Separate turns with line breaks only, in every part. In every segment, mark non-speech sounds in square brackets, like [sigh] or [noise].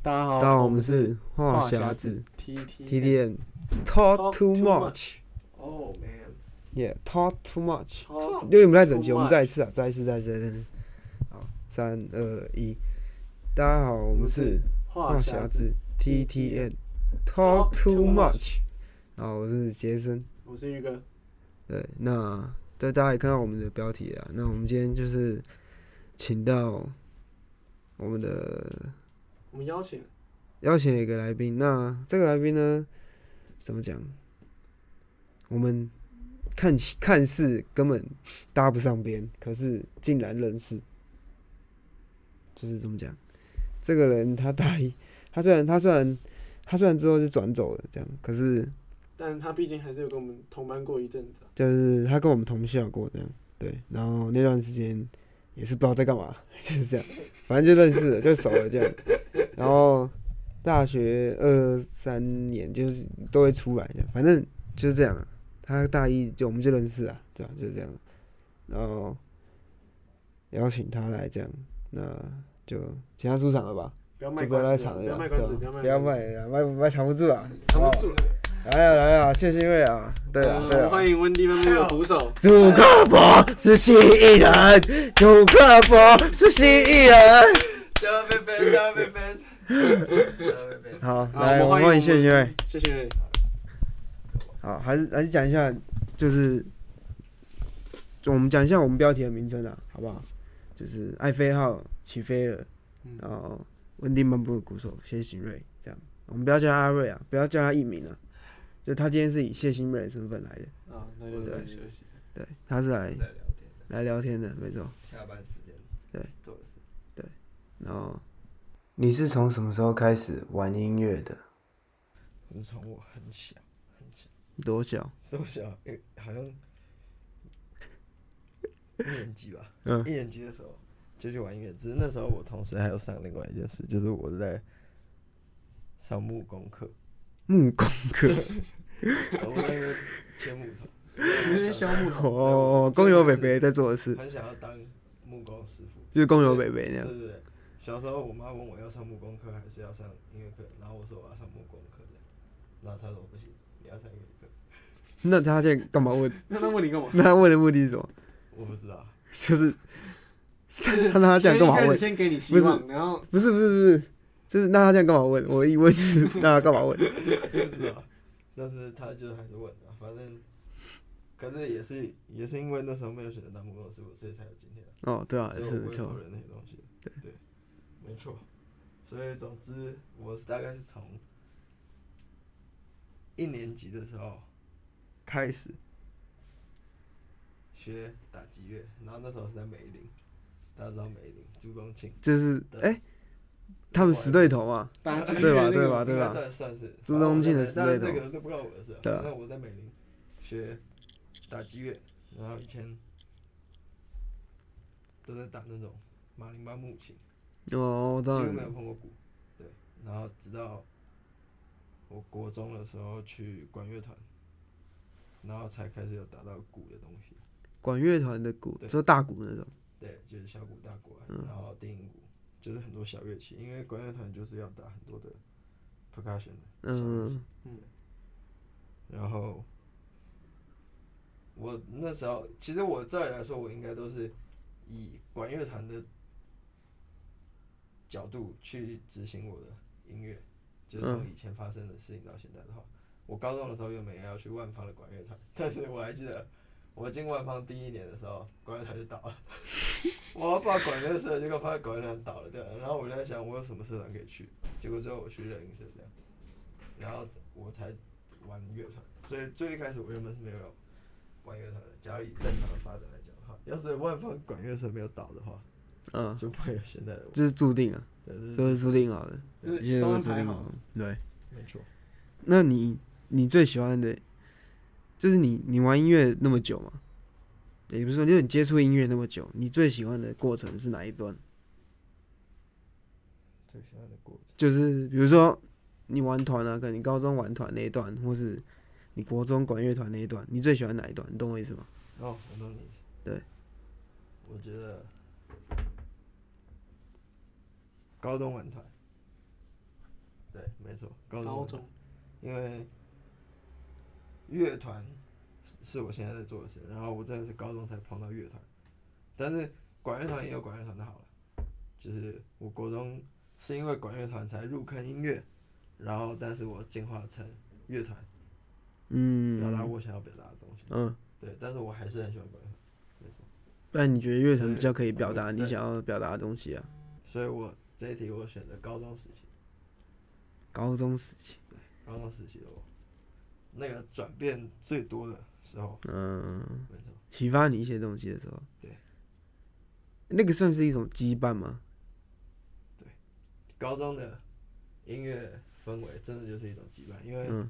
大家好，
大家好，我们是话匣
匣
子
T T
T D N Talk
Talk too
too much,
Oh man，
yeah, talk too much。
好，
因为你们不太整齐，
too
我们再一次啊，再一次，再一次，再一次。好，三二一，大家好，我们是
话
话匣子 T T N Talk too much。好，我是杰森。
我是玉哥，
对，那大大家也看到我们的标题了啊。那我们今天就是请到我们的
我们邀请
邀请了一个来宾。那这个来宾呢，怎么讲？我们看起看似根本搭不上边，可是竟然认识，就是怎么讲？这个人他大一，他虽然他虽然他虽然之后就转走了，这样，可是
但他毕竟还是有跟我们同班过一阵子啊、
就是他跟我们同校过这样，对，然后那段时间也是不知道在干嘛， [laughs] 就是这样，反正就认识了，就熟了这样，然后大学二三年就是都会出来这样，反正就是这样啊。他大一就我们就认识啊，这样就是这样，然后邀请他来这样，那就请他出场了吧，
不要卖
就不要再
关子啊，
场
不
了这
要
样，
卖
对
关
吧
子，不要卖关子，
不要卖了，卖卖藏不住啊，
藏不住了。
来啊来啊，谢欣慰啊，对啊
呃我
对
们
啊。
欢迎温蒂漫步的鼓手，
主克伯是蜥蜴人，主克伯是蜥蜴人。
加贝贝，加贝贝，加贝贝。
好，
好
来，
我们
我
欢
们
迎
欢迎谢谢
我
位。
谢谢。
好，还是还是讲一下，就是，就我们讲一下我们标题的名称啊，好不好？就是爱妃号起飞了，
嗯
然后温蒂漫步的鼓手谢欣瑞，这样，我们不要叫他阿瑞啊，不要叫他艺名啊，就他今天是以谢欣瑞的身份来的，
啊，对
我
对对
在
对
休息，
对，他是来
在聊天，
来聊天的，没错。
下班时间。
对，
做的事。
然后，你是从什么时候开始玩音乐的？
我是从我很小很小
多小？
多小，诶好像一年级吧，
嗯
一年级的时候就去玩音乐，只是那时候我同时还有上另外一件事，就是我是在上木工课，
木工课
我在那边切木头，
对，这些小木头，
哦，工友北北在做的事，
很想要当木工师傅。
就是工友北北那样。
对对对，小时候我妈问我要上木工课还是要上音乐课，然后我说我要上木工课这样，然后她说不行，你要上音乐课，
那他现在干嘛问？
那他问你干嘛？
那他问的目的是什么？ [laughs]
我不知道，
就是
[laughs]
那他这样干嘛
先一开
问
始？先给你希望，然后
不是不是不是，就是那他这样干嘛问？我一问就是 [laughs] 那他干嘛问？
不知道，啊但是她就还是问了，反正，可是也是也是因为那时候没有选择当木工师傅，所以才有今天，
哦，对啊，
所以
是
我不
没
会否
错，
认那些东西，对对，没错，所以总之我是大概是从一年级的时候开始学打击乐，然后那时候是在梅林，大家知道梅林朱东庆，
就是哎，他们死对头啊嘛，
打击
对吧
乐那个
啊对吧
应该算算是哦
朱东庆的师
那
妹
这
头
个都不关我的事啊，
对啊
反正我在美林学打击乐，然后以前都在打那种马林巴木琴，
哦，我知
几
道
乎
你
没，有碰过鼓，对，然后直到我国中的时候去管乐团，然后才开始有打到鼓的东西，
管乐团的鼓，
对
就大鼓那种，
对，就是小鼓、大鼓啊，
嗯
然后定音鼓，就是很多小乐器，因为管乐团就是要打很多的 percussion 的，小乐器
嗯，
然后我那时候，其实我照理来说，我应该都是以管乐团的角度去执行我的音乐，就是从
嗯
以前发生的事情到现在的话，我高中的时候原本也要去万方的管乐团，但是我还记得我进万方第一年的时候，管乐团就倒了， [laughs] 我要报管乐社，结果发现管乐团倒了这样，然后我就在想我有什么社团可以去，结果最后我去热音社这样，然后我才玩乐团，所以最一开始我原本是没有玩乐团的。假如以正常的发展来讲的话，要是万方管乐社没有倒的话，
嗯，
就不会有现在的我。
就是注定啊，
对，这是
就是注定好的，
就是
一切
都
都是
安
注
排
定
好
好的，对。
没错。
那你你最喜欢的，就是你你玩音乐那么久嘛？也不是说，就是你接触音乐那么久，你最喜欢的过程是哪一段？
最喜欢的过程，
就是比如说你玩团啊，可能你高中玩团那一段，或是你国中管乐团那一段，你最喜欢哪一段？你懂我意思吗？
哦，我懂你意思。
对，
我觉得高中玩团，对，没错，高中
高中
因为乐团是是我现在在做的事，然后我真的是高中才碰到乐团，但是管乐团也有管乐团的好了，就是我国中是因为管乐团才入坑音乐，然后但是我进化成乐团，
嗯，
表达我想要表达的东西，
嗯，
对，但是我还是很喜欢管乐团，没错，
那你觉得乐团
对
比较可以表
嗯
达你
对
想要表达的东西啊？
所以我这一题我选择高中时期，
高中时期，
高中时期的我，那个转变最多的时候，
嗯，
没错，
启发你一些东西的时候，
对，
那个算是一种羁绊吗？
高中的音乐氛围真的就是一种羁绊，因为
嗯，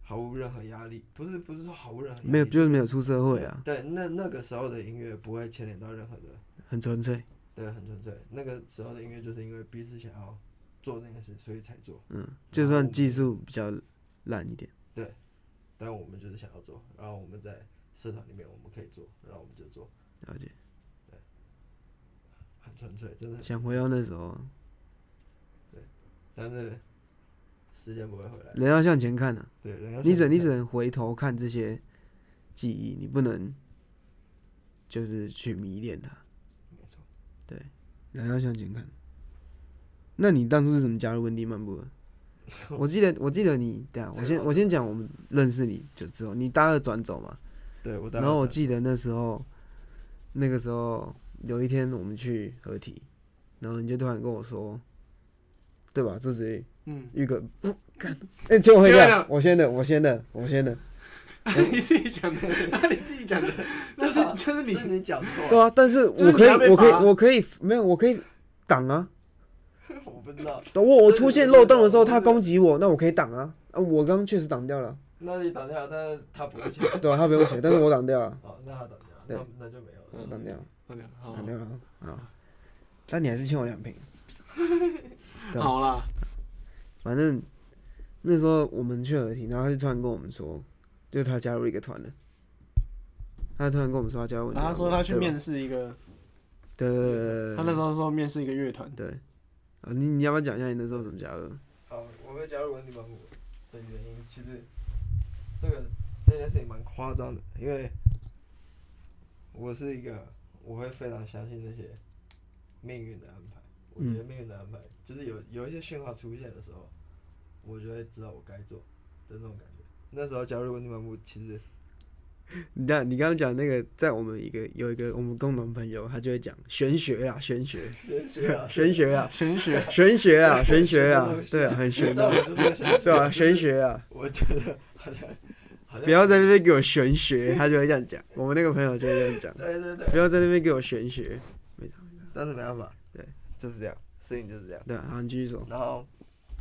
毫无任何压力，不是不是说毫无任何压力，
没有，就是没有出社会啊，
对那那个时候的音乐不会牵连到任何的，
很纯粹。
对，很纯粹。那个时候的音乐就是因为彼此想要做这件事，所以才做。
嗯，就算技术比较烂一点，
但我们就是想要做，然后我们在社团里面我们可以做，然后我们就做，
了解。
很纯粹，真的很。
想回到那时候，
但是时间不会回来，
人要向前看啊，
对，人要
你只
想
你
看
只能回头看这些记忆，你不能就是去迷恋它。
没错。
人要向前看。那你当初是怎么加入温蒂漫步的？我记得，我记得你，对啊，
这个
我先
好
我先讲，我们认识你就之后，你大二转走嘛，
对我当
然后我
时
记得那时候，那个时候有一天我们去合体，然后你就突然跟我说，对吧？这是
嗯，
玉哥，不看，哎，结果回
结果
来
呢，
我先的，我先的，我先的，
你自己讲的，你自己讲的，但是就是
是
你
你讲错
[laughs] 对
了，
啊，但是
就是
我
你
可
要被
以，我可以
罚，啊
我可以，没有，我可以挡啊。
我不知道，
等我我
这个
出现
我知道
漏洞的时候，
我知
他
道
攻击
[laughs]
我，那我可以挡啊。啊，我刚刚确实挡掉了，
那你挡掉，但是他不会签。
对啊，他不用写，但是我挡
[laughs]
掉了，
哦，那他挡掉，
对嗯
那那就没有
我
了。
挡掉了，
好
挡掉了啊。但你还是欠我两瓶。对
好啦，
反正那时候我们去合体，然后他就突然跟我们说，就他加入一个团了。他突然跟我们说他加入文
然
化
后啊
部，
他说他去
对吧
面试一个，
对对对对，
他那时候说面试一个乐团，
对，啊，你你要不要讲一下你那时候怎么加入的？
好，我会加入文理保姆的原因，其实这个这件事情蛮夸张的，因为我是一个我会非常相信那些命运的安排。我觉得
嗯
命运的安排，就是有有一些讯号出现的时候，我就会知道我该做的那种感觉。那时候加入文理保姆，其实
你看，你刚刚讲那个，在我们一个有一个我们共同朋友，他就会讲玄学啦， [laughs] 玄学，
玄学啊，
玄学啊，
玄
[laughs]
学，
玄学啊，玄学啊
玄学的东，西
对啊，很玄
但
的
我，就是会相信
对啊，玄学啊，
我觉得好像好像
不要在那边给我玄学，他就会这样讲，我们那个朋友就会这样讲，
对对对，
不要在那边给我玄学，
但是没办法，
对，
就是这样，事情就是这样。
对啊，好，你继续说，
然后，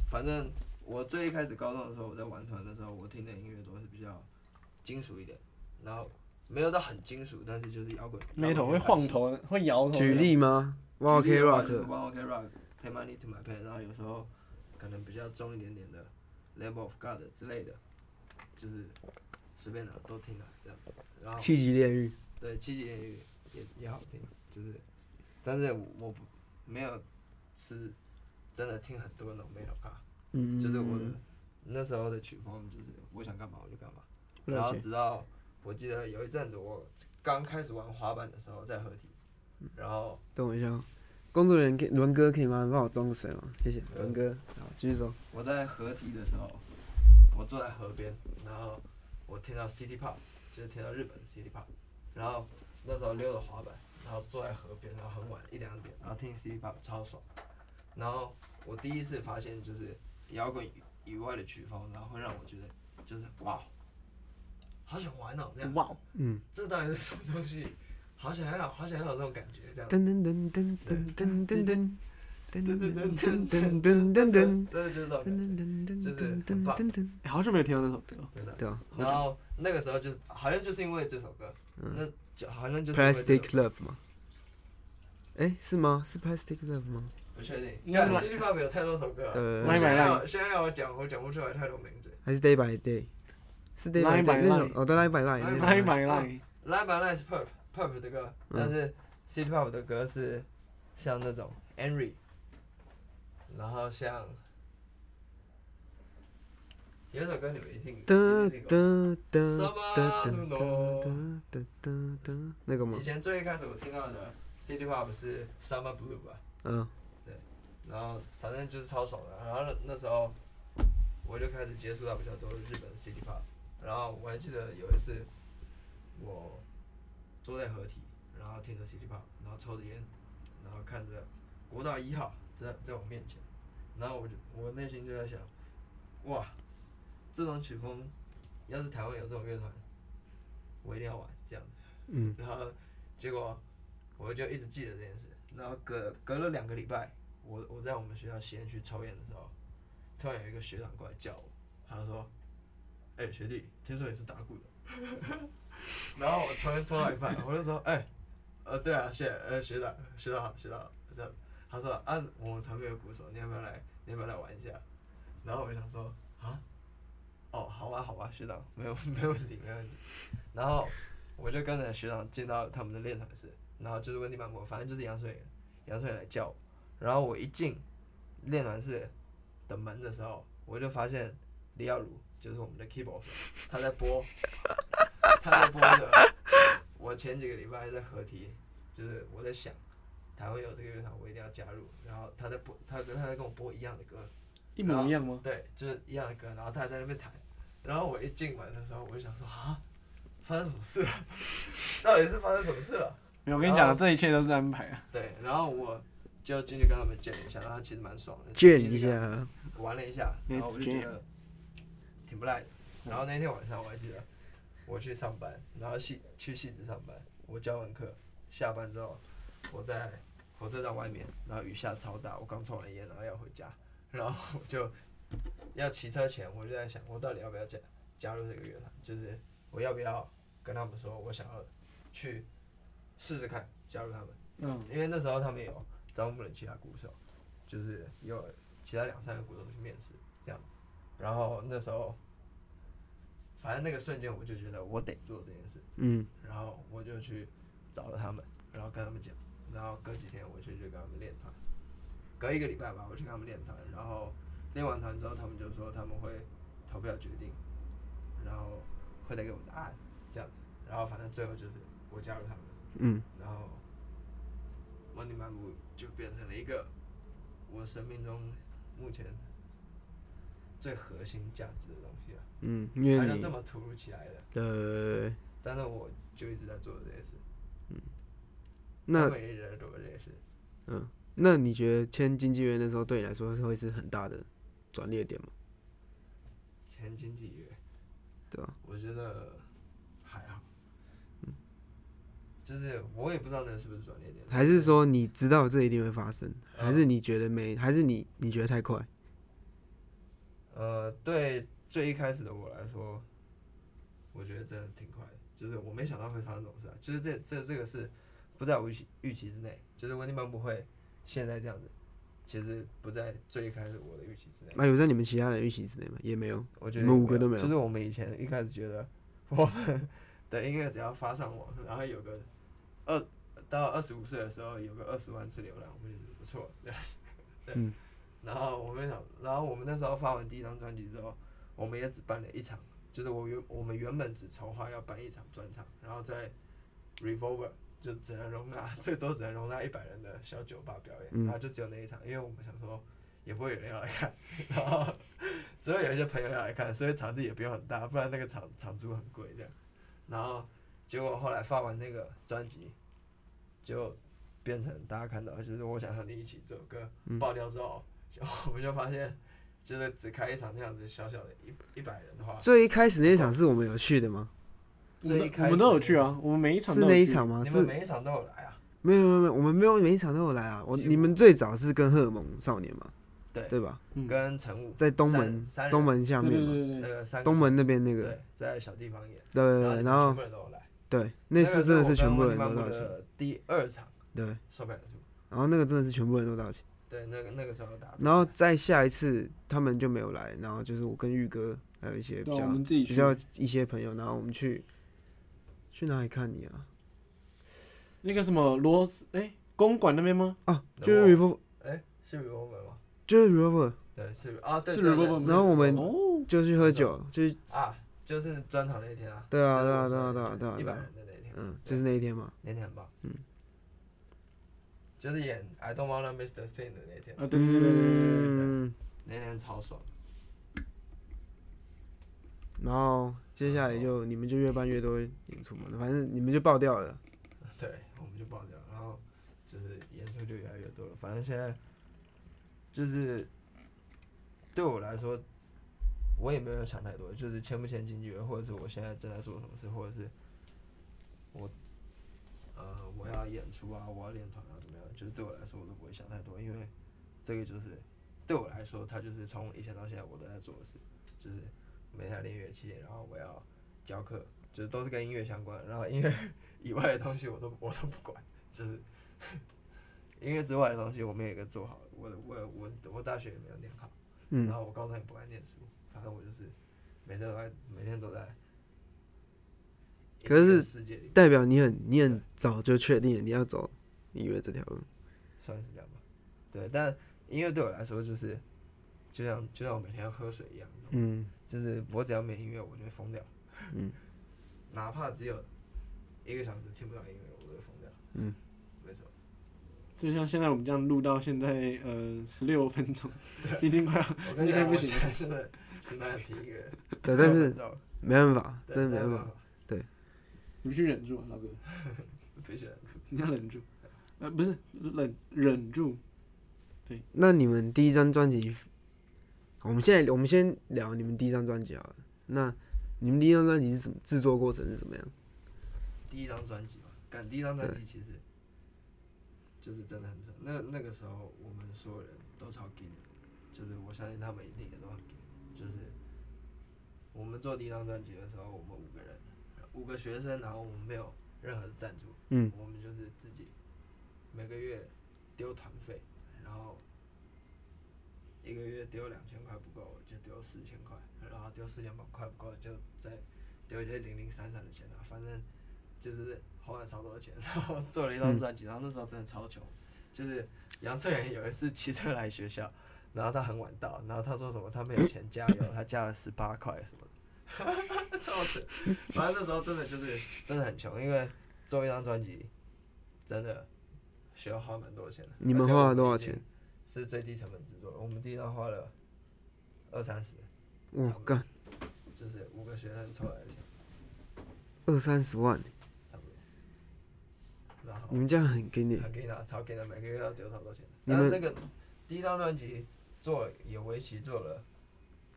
反正我最一开始高中的时候，我在玩团的时候，我听的音乐都是比较金属一点，然后没有到很金属，但是就是摇滚。
眉头会晃头，会摇头。
举例吗
摇
哇
滚乐
，K
器。
Rock，
One OK Rock，Pay Money to My Pain，然后有时候可能比较重一点点的 Lamb of God 之类的，就是随便拿都听的这样。然后
七级炼狱，
对，七姐也也也好听，就是，但是我不没有是真的听很多那种 metal 卡，
嗯，
就是我的那时候的曲风就是我想干嘛我就干嘛，然后
了解
直到我记得有一阵子我刚开始玩滑板的时候在合体，
嗯
然后
等我一下哦，工作人员可以伦哥可以麻烦帮我装个水吗？谢谢，伦哥，好，继续说，
我在合体的时候，我坐在河边，然后我听到 City Pop，就是听到日本的 City Pop，然后那时候溜着滑板，然后坐在河边，然后很晚一两点，然后听 City Pop 超爽。然后我第一次发现就是摇滚以以外的曲风，然后会让我觉得就是哇，好想玩哦，这样，
哇，
嗯，
这到底是什么东西？好想要，好想要有这种感觉，这样。
噔噔噔噔噔噔噔噔。噔噔
噔
噔
噔噔
噔
噔
噔
噔
噔
噔
噔噔，
噔真的就是这种感觉。
噔
很棒
噔，
哎好久没有听到那首歌了，
真的
对啊
然后那个时候就是好像就是因为这首歌，那就好像就是因为这首
嗯，Plastic Love 吗？哎，是吗？是 Plastic Love 吗？
不确定。
应
你
该
看
是
City Pop 有太多首歌了，
对
我现在
Line by
要现在要我讲我讲不出来太多名字。
还是 Day by Day？是 Day
Line
by Day
by
那种
Line？
哦，对，Line by Line
嗯
来
那种。
来来，
Line by Line 是 Purp Purp 的歌，
嗯
但是 City Pop 的歌是像那种 Henry，然后像有一首歌你们一定一
哒哒
定听过。
哒哒哒
Summer
哒
Nuno
哒哒哒哒，那个吗
以？前最一开始我听到的 City Pop 是 Summer Blue 吧，
嗯，
然后反正就是超爽的。然后那那时候我就开始接触到比较多日本 City Pop，然后我还记得有一次我坐在合体，然后听着 City Pop，然后抽着烟，然后看着国道一号在在我面前，然后我就我内心就在想，哇，这种曲风要是台湾有这种乐团，我一定要玩这样。
嗯，
然后结果我就一直记得这件事。然后隔隔了两个礼拜，我我在我们学校实验区抽烟的时候，突然有一个学长过来叫我，他说：“哎、学弟，听说你是打鼓的。”然后我抽烟抽到一半，我就说：“哎、呃，对啊，学呃学长学长好学长好这样。”他说：“啊，我们团队有鼓手，你要不要来？你要不要来玩一下？”然后我就想说：“啊，哦，好啊好啊，学长，没有没问题没问题。”然后我就跟着学长进到他们的练团室，然后就是温蒂曼博，反正就是杨顺元，杨顺元来叫我，然后我一进练团室的门的时候，我就发现李耀儒就是我们的 keyboard，手他在播，他在播着我前几个礼拜在合体，就是我在想台湾有这个乐团，我一定要加入，然后他在播，他他在跟我播一样的歌，
一模一样吗？
对，就是一样的歌，然后他还在那边弹，然后我一进门的时候，我就想说啊，发生什么事了？ [laughs] 到底是发生什么事了？
没有，我跟你
然
讲，
后
这一切都是安排啊。
对，然后我就进去跟他们见一下，然后其实蛮爽的，
卷一，下，
玩了一下，然后我就
Let's
觉得挺不赖的。然后那天晚上我还记得，我去上班，然后戏去戏子上班，我教完课，下班之后，我在火车站外面，然后雨下超大，我刚抽完烟，然后要回家，然后我就要骑车前，我就在想，我到底要不要加加入这个乐团？就是我要不要跟他们说，我想要去试试看加入他们。
嗯，
因为那时候他们有招募了其他鼓手，就是有其他两三个鼓手去面试这样，然后那时候，反正那个瞬间我就觉得我得做这件事，
嗯，
然后我就去找了他们，然后跟他们讲，然后隔几天我就去跟他们练团，隔一个礼拜吧，我去跟他们练团，然后练完团之后，他们就说他们会投票决定，然后会再给我答案，这样，然后反正最后就是我加入他们。
嗯，
然后温蒂漫步就变成了一个我生命中目前最核心价值的东西了。
嗯，因为
它就这
你
么突如其来的，
的
但是我就一直在做这件事，
那
我也一直在做这件事。
那你觉得签经纪约那时候对你来说是会是很大的转捩点吗？
前经纪约，
对啊，
我觉得还好，就是我也不知道那是不是转捩点，
还是说你知道这一定会发生，
嗯
还是你觉得没，还是你你觉得太快？
呃，对最一开始的我来说，我觉得真的挺快的，就是我没想到会发生这种事啊，就是这这这个是不在我预期预期之内，就是温蒂漫不会现在这样子，其实不在最一开始我的预期之内，
那、有在你们其他人预期之内吗？也没有。
我觉得
你们
也
五个都没有
就是我们以前一开始觉得我们的音乐只要发上网，然后有个二到二十五岁的时候有个二十万次浏览，我们就觉得不错， [laughs] 对，对
嗯
然后我们想，然后我们那时候发完第一张专辑之后，我们也只办了一场，就是我原我们原本只筹划要办一场专场，然后在 Revolver 就只能容纳 [laughs] 最多只能容纳一百人的小酒吧表演，
嗯
然后就只有那一场，因为我们想说也不会有人要来看， [laughs] 然后只会有一些朋友要来看，所以场地也不用很大，不然那个场场租很贵这样。然后结果后来发完那个专辑，就变成大家看到就是我想和你一起这首歌
嗯
爆掉之后，我们就发现。就是只开一场那样子小小的一一百人的话，
最一开始那一场是我们有去的吗？
我们
最一
都
开
我
始
们都有去啊，我们每一场
是
都有
那一
去
场吗？
你
是
们每一场都有来啊？
没有没有没有，我们没有每一场都有来啊。我
几乎
你们最早是跟荷尔蒙少年嘛，
对
对吧？
嗯
跟陈武
在东门
三三人
东门下
对对
面呃嘛，
对对
那
对，
个三个
东门那边那个
对，在小地方演，
对对对，
你
然
们全
后
部人都有来，
对那次真的是全部人都
到
到齐，
第二场
对，
售票人数，
然后那个真的是全部人都到齐，
对，那个那个时候打，
然后再下一次他们就没有来，然后就是我跟玉哥还有一些比
对啊，我
较
们自己
比
去。
较一些朋友，然后我们去去哪里看你啊？
那个什么罗斯，哎、公馆那边吗？
哦，
然
就是
后
Revolver，
哎，是 Revolver 吗？
就是 Revolver，
对，是啊，对
是
对
萝
对
卜，
是
然后我们
哦，
就去喝酒，就去
啊，就是专场那一天啊，
对啊
就是
对啊
我
对啊
生日
对啊对啊对
一百
啊
人的那一天，
嗯，就是那一天嘛。
那天很棒，
嗯，
就是演 I Don't Wanna Miss the Thing 的那天，
啊，对对对对对对，
嗯，
那天超爽，
然后接下来就你们就越办越多演出嘛，反正你们就爆掉了。
对，我们就爆掉，然后就是演出就越来越多了，反正现在就是对我来说，我也没有想太多，就是签不签经纪约，或者是我现在正在做什么事，或者是我呃我要演出啊，我要练团啊，怎么样，就是对我来说我都不会想太多，因为这个就是对我来说，它就是从以前到现在我都在做的事，就是每天练乐器，然后我要教课，就是都是跟音乐相关，然后音乐以外的东西我都我都不管，就是音乐之外的东西我们也给做好了，我我我我大学也没有念好。
嗯
然，后我高中也不爱念书，反正我就是每天都在每天都在一
可是
个世界里
代表你很你很早就确定你要走音乐这条路。
算是这样吧。对，但音乐对我来说就是就像就像我每天要喝水一样，
嗯
就是我只要没音乐我就会疯掉，
嗯，
[laughs] 哪怕只有一个小时听不到音乐我都会疯掉。
嗯，，
没错，
就像现在我们这样录到现在，呃，十六分钟，已经快要
我跟你
应该
讲，
不
我
行
现在真的是难听一个
对但是
知道
没办法，
对
真的
但
没
没
办法。
法，
你必须忍住啊，老哥，
必须忍
你要忍住，呃，不是忍忍住，
那你们第一张专辑，我们现在我们先聊你们第一张专辑好了。那你们第一张专辑是怎么制作过程是怎么样？
第一张专辑嘛，赶第一张专
对
辑其实就是真的很扯。那那个时候我们所有人都超劲的，就是我相信他们一定也都很劲。就是我们做第一张专辑的时候，我们五个人，五个学生，然后我们没有任何的赞助，
嗯
我们就是自己每个月丢团费，然后一个月丢两千块不够就丢四千块，然后丢四千块不够就再丢一些零零散散的钱啊，反正就是花了超多钱， [laughs] 然后做了一张
嗯
专辑，然后那时候真的超穷，就是杨翠妍有一次骑车来学校。然后他很晚到，然后他说什么他没有钱加
[laughs]
油，他加了十八块什么的， [laughs] 超扯。反正那时候真的就是真的很穷，因为做一张专辑真的需要花蛮多钱的。
你们花了多少钱？
是最低成本制作的，我们第一张花了二三十，
我干，
就是五个学生凑来的钱，
二三十万，
差不多。然后
你们这样很给你
很给拿，超给的，每个月要丢超多钱。
你
但是
们
那个第一张专辑做也为期做了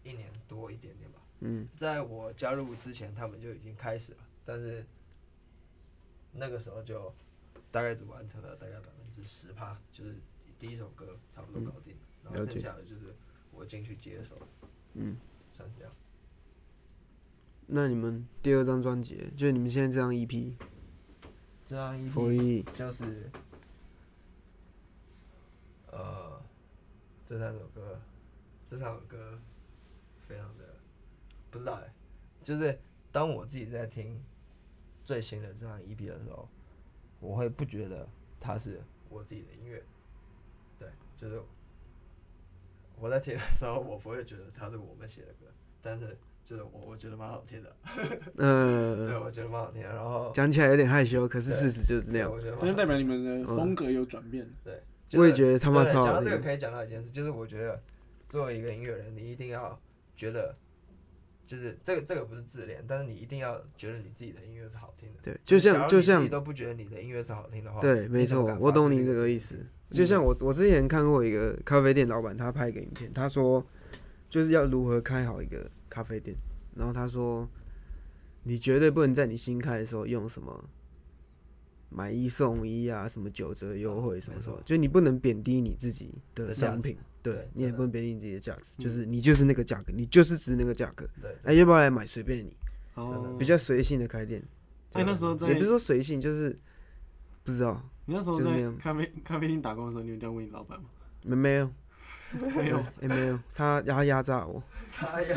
一年多一点点吧。
嗯
在我加入之前，他们就已经开始了，但是那个时候就大概只完成了大概百分之十趴，就是第一首歌差不多搞定了，然后
了解
剩下的就是我进去接手，
嗯。
算是这样。
那你们第二张专辑，就是你们现在这张 E
E
EP
这张 E EP
For You，
就是呃这三首歌，这三首歌非常的不知道哎、就是当我自己在听最新的这张 EP 的时候，我会不觉得它是我自己的音乐，对，就是我在听的时候，我不会觉得它是我们写的歌，但是就是我我觉得蛮好听的，对，
呃，
我觉得蛮好听的，然后
讲起来有点害羞，可是
对
事实就是那样
对。我觉得蛮好
但是哦代
听的
表你们的风格有转变，
我也觉得他妈
对
超
讲
好
到这个
听。
可以讲到一件事，就是我觉得作为一个音乐人，你一定要觉得，就是这个这个不是自恋，但是你一定要觉得你自己的音乐是好听的。
对，就
假
像
如你
就
自
像
己都不觉得你的音乐是好听的话，
对，没
你怎
错
哦么敢，
我
发
懂
出
你这
个
个意思。就像我我之前看过一个咖啡店老板，他拍一个影片，他说就是要如何开好一个咖啡店，然后他说你绝对不能在你新开的时候用什么买一送一啊，什么九折优惠什么什么
没错，
就你不能贬低你自己的
的价
商品
值，
对
对
你也
真的嗯
不能贬低你自己的价值，就是你就是那个价格，你就是值那个价格，
对，
哎，要不要来买随便你，
然
真
后
的
比较随性的开店，
哎那时
嗯
候在
也不是说随性，就是不知道
你那时候
就是那
在
样
咖啡咖啡厅打工的时候，你有这样问你老板
[laughs]
吗？
没没有。
没有，
也、没有，他他压榨我，
哎
[laughs]
呀，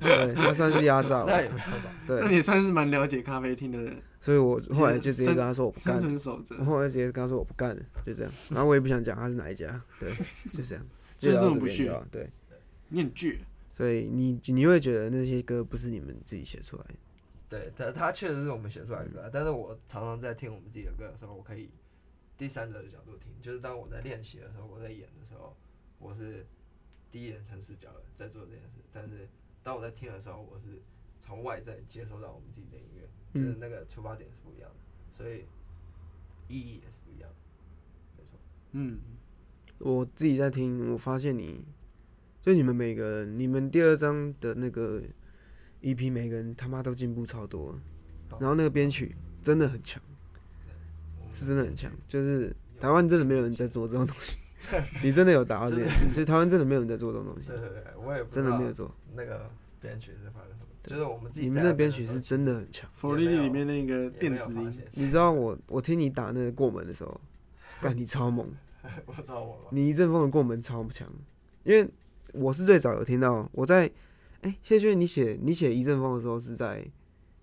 那
对他算是压榨
那
我，
也没办法，
那
对，
你也算是蛮了解咖啡厅的
所以我后来就直接跟他说我不
生
干，
存守则
[laughs] 我，后来直接跟他说我
[laughs]
不干了，就这样，然后我也不想讲他是哪一家，对，就这样，
就是这
聊到
种不
边
屑
就好对，
你很倔，
所以你你会觉得那些歌不是你们自己写出来的，
对，但它确实是我们写出来的歌啊，但是我常常在听我们自己的歌的时候，我可以第三者的角度听，就是当我在练习的时候，我在演的时候，我是第一人称视角的在做这件事，但是当我在听的时候，我是从外在接收到我们自己的音乐，就是
嗯
那个出发点是不一样的，所以意义也是不一样的，没错。
嗯，
我自己在听，我发现你就你们每个人，你们第二张的那个 EP，每个人他妈都进步超多，
哦
然后那个编曲真的很强，
我们
是真的很强，就是台湾真的没有人在做这种东
[laughs]
西，你真的有达到这件事，就是台湾真的没有人在做这种东西
对，对对，我也不知
真的
道
没有做，
那个编曲是发生什么，就是我们自己
你们
在
那
那
编
边的
曲
时
是
候
真的很强。
佛利
也没有
里面那个
也
电
没有
子
发
音，
现，
你知道我我听你打那个过门的时候，干你超猛，
[laughs] 我知道我了，
你一阵风的过门超强，因为我是最早有听到，我在哎、谢轩，你写你写一阵风的时候是在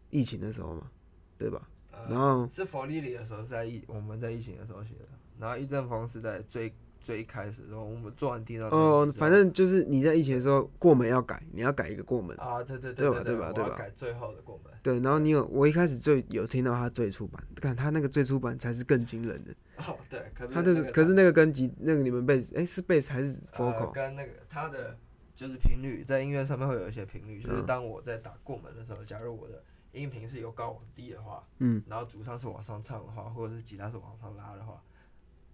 疫情的时候嘛，对吧？
呃
然后
是佛利里的时候是在疫，我们在疫情的时候写的，然后一阵风是在最最一开始的时候，我们做完第一张专辑
哦
之，后
反正就是你在疫情的时候过门要改，你要改一个过门，
啊，对对
对吧
对
对吧
对，
对
我要
吧
改最后的过门，
对，然后你有我一开始最有听到他最初版，看他那个最初版才是更惊人的，
哦对，可是
他
那
的
个
可是那个跟吉那个你们贝斯哎是贝斯还是
呃
vocal？
跟那个它的就是频率，在音乐上面会有一些频率，就是
嗯
当我在打过门的时候，假如我的音频是由高往低的话，
嗯，
然后主唱是往上唱的话，或者是吉他是往上拉的话，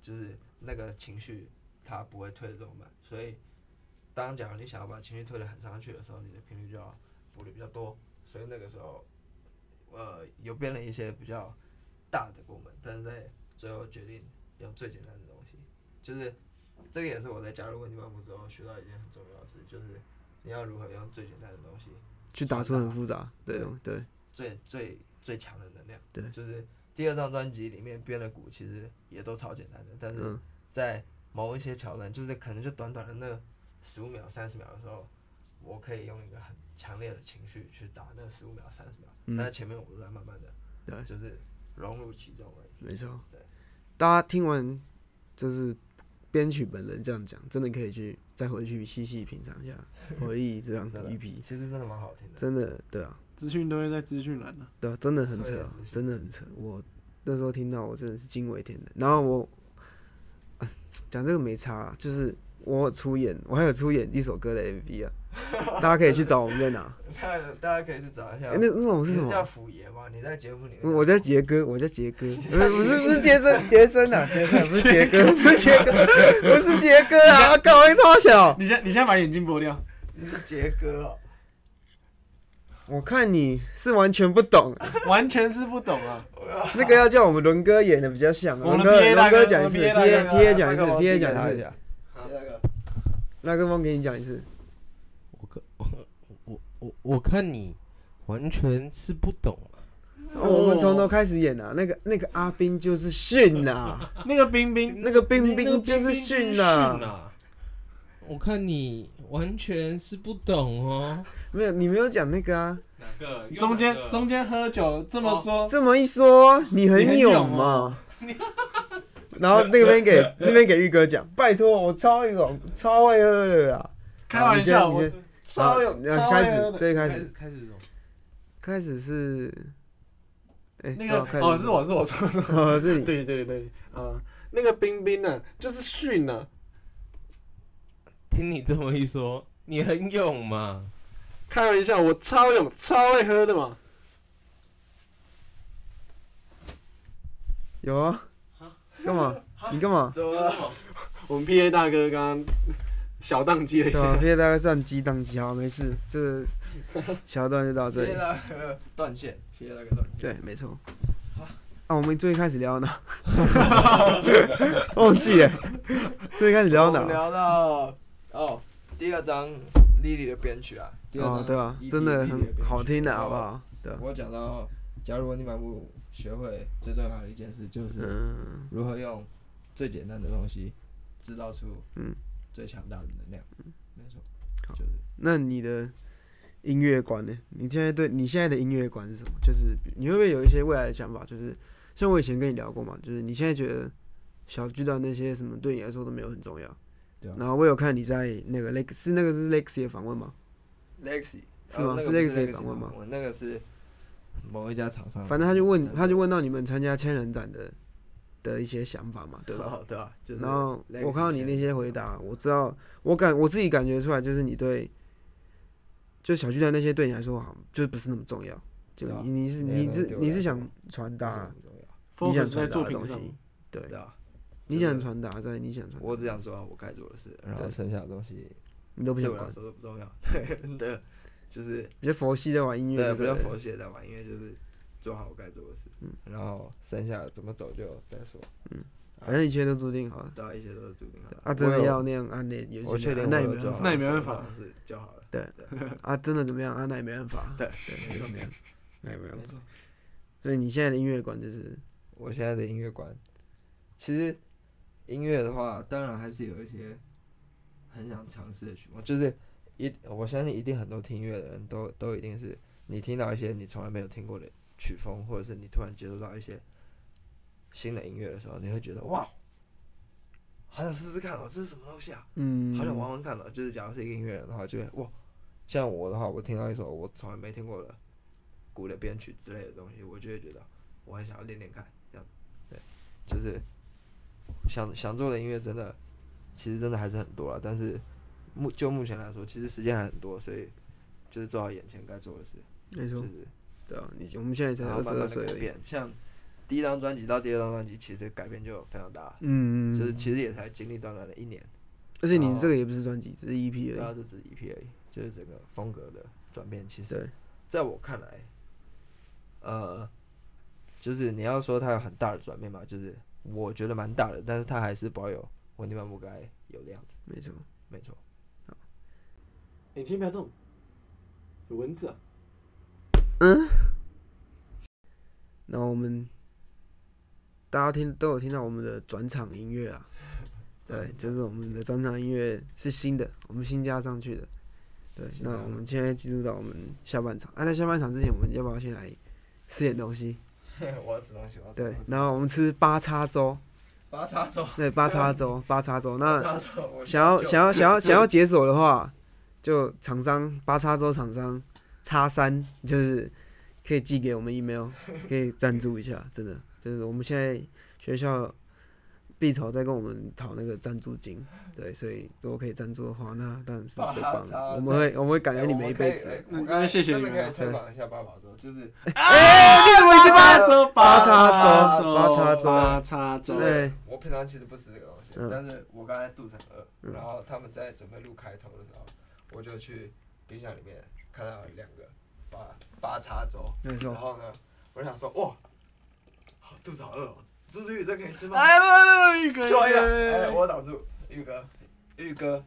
就是那个情绪它不会推得这么慢，所以当假如你想要把情绪推得很上去的时候，你的频率就要补的比较多，所以那个时候，呃，有变了一些比较大的过门，但是在最后决定用最简单的东西，就是这个也是我在加入问题漫步之后学到一件很重要的事，就是你要如何用最简单的东西
去打出很复杂，对
对
对，
最最最强的能量。
对
就是第二张专辑里面编的鼓其实也都超简单的，但是
嗯
在某一些桥段，就是可能就短短的那十五秒、三十秒的时候，我可以用一个很强烈的情绪去打那十五秒、三十秒，
嗯
但是前面我都在慢慢的，
对嗯
就是融入其中而已。
没错
对。
大家听完就是编曲本人这样讲，真的可以去再回去细细品尝一下回忆这张
真的
EP，
其实真的蛮好听的。
真的对啊，
资讯都会在资讯栏的，
对啊，真的很扯
对
啊
仔细，
真的很扯。我那时候听到我真的是惊为天人。然后我呃讲、这个没差、啊，就是我有出演，我还有出演一首歌的 MV 啊，大家可以去找我们在哪。
大家大家可以去找一下。
诶那那种
你
是什
是叫
么？
辅爷吗？你在节目里面叫
我叫杰哥，我叫杰 [laughs] 哥，不是不是不是杰森，杰森啊，杰森不是杰 [laughs] 哥，不是杰哥，不是杰哥啊，搞一超小。
你先你先把眼睛剥掉，
你是杰哥哦，
我看你是完全不懂，
完全是不懂啊，
那个要叫我们伦哥演的比较像啊。
我们
伦哥，
PA
伦
大哥
哥讲一次
我们 PA
，P
大
A 讲一次，P A
那个王
讲
帝
一
给
次
他，你那个
麦克风给你讲一次。
我看 [laughs] 我我我我看你完全是不懂啊，
哦我们从头开始演啊，那个那个阿兵就是训啊，
那个冰冰
那个冰冰就是训啊，
啊！我看你完全是不懂哦。
没有你没有讲那个啊，
哪个
中间中间喝酒这么说，
这么一说你
你
很
很
勇
勇啊
嘛。然后那边给那边给玉哥讲，拜托我超勇，超会喝的啊！
开玩笑，
好
我
你先
超有
然
超
后开
会喝
始
的
最开
开始
始
开始什么？
开始是，哎，
那
对啊
个哦是，我是我是我是
开始哦是
我，
你，
对对对，啊，那个冰冰呢就是啊训呢，
听你这么一说，你很勇嘛？
开玩笑，我超勇超会喝的嘛，
有啊，干嘛？你干嘛？
怎
啊
么了？
我们 PA 大哥刚刚小宕机了一
对
下
啊，，现在大概算鸡当鸡，好，没事，这个小段就到这里
撇。那个断线，撇那个断线。
对，没错。啊，我们最开始聊到哪？ [laughs] 忘记了，最开始聊
我
到
们
哪？
聊到哦，第二张 Lily 的编曲啊，第二
哦，
张
对啊
EP，
真的
Lily
很
编曲
好听的、
然后
好不好？对啊，
我讲到，假如你满不学会最重要的一件事，就是
嗯，
如何用最简单的东西制造出
嗯
最强大的能量。没错
好，
就是
那你的音乐观呢？你现在对你现在的音乐观是什么？就是你会不会有一些未来的想法？就是像我以前跟你聊过嘛，就是你现在觉得小巨蛋那些什么对你来说都没有很重要，
对啊
然后我有看你在那个 Lex 是那个是 Lexi 的访问吗？
Lexi
是吗
然后那
是
个不
Lexi
那个
访问吗
我那个是某一家厂商，
反正他就
啊
问他就问到你们参加千人展的的一些想法嘛，对吧？
哦对吧？就是
然后
Lexi
我看到你
先
那些回答，我知道，我感我自己感觉出来，就是你对，就小巨蛋那些对你来说，好像就不是那么重要。就
对啊
你你是
那些
你
东西
是
对我
你
来
是
说
想传达
不是很重要
focus
想
在
传达
作
的
品
东
上，
西，对，
对啊，
你
就是
想传达在你想传达，
我只想做好我该做的事，然后
对
剩下的东西
你都不
对
想
我来
管，
说都不重要。对对，就是
比较佛系在玩音乐
对啊
的，
比较
对
佛系的在玩，因为就是做好我该做的事，
嗯
然后剩下的怎么走就再说，
反正一切都注定好了。
到一切都是注定好的。
嗯啊，真
我
的
有
要那样啊，那也
我确定
那
我
也
有
没
做
办
好
法
那也没
生活
办法
方式就好了。
啊，真的怎么样啊，那也没办法，
对
对，就是那样，那也没办
没
法。
错，
所以你现在的音乐观就是
我现在的音乐观，其实音乐的话，当然还是有一些很想尝试的曲目，就是一我相信一定很多听音乐的人都都一定是你听到一些你从来没有听过的曲风，或者是你突然接触到一些新的音乐的时候，你会觉得哇，好想试试看哦，这是什么东西啊？
嗯，
好想玩玩看的，就是假如是一个音乐人的话，就会哇，像我的话，我听到一首我从来没听过的鼓的编曲之类的东西，我就会觉得我很想要练练看，这样，对，就是想想做的音乐真的，其实真的还是很多了，但是目就目前来说，其实时间还很多，所以就是做好眼前该做的事，
没
就
错，
是
对啊，你我们现在才
然后
二十
慢慢
二
的
岁
改
而已，
变，像第一张专辑到第二张专辑，其实改变就非常大，
嗯，
就是其实也才经历短短的一年。
而且你们这个也不是专辑，只是 EP
哦对啊，
而已。
就只是 EP 而已，就是整个风格的转变。其实
对，
在我看来，呃，就是你要说它有很大的转变嘛，就是我觉得蛮大的，但是它还是保有我那边不该有的样子，
没错。
没错。
哎你先不要动，有蚊子啊！
然后我们大家听都有听到我们的转场音乐啊，对， [laughs] 就是我们的转场音乐是新的，我们新加上去的。对，
新
那
加的
我们现在进入到我们下半场。啊，在下半场之前，我们要不要先来吃点东西？
[laughs] 我要吃东西，我要
对，然后我们吃八叉粥，
八叉粥，
对，八叉粥，八叉粥。那
叉粥，我
想要想要想要想要解锁的话，就厂商八叉洲厂商叉三，就是可以寄给我们
[laughs]
email，可以赞助一下，真的就是我们现在学校必草在跟我们讨那个赞助金，对，所以如果可以赞助的话，那当然是最
八叉哎
棒
洲
的，我们会我们会感恩你们一辈子。
我刚才那谢谢真的你们可以啊
推
广一下八宝粥，就是
哎，你怎么已经
八
在？
叉粥，
八叉
粥，
粥
八
八叉
粥，
粥
八叉粥。
对，
我平常其实不吃这个东西，
嗯
但是我刚才肚子很饿，
嗯
然后他们在准备录开头的时候，我就去冰箱里面看到两个八八叉粥，
没错
然，后呢，我就想说哇，好肚子好饿、哦，这是玉哥可以吃吗？
哎，不不不，玉哥，
就完
玉
了，
哥
哎，我挡住玉哥，玉哥，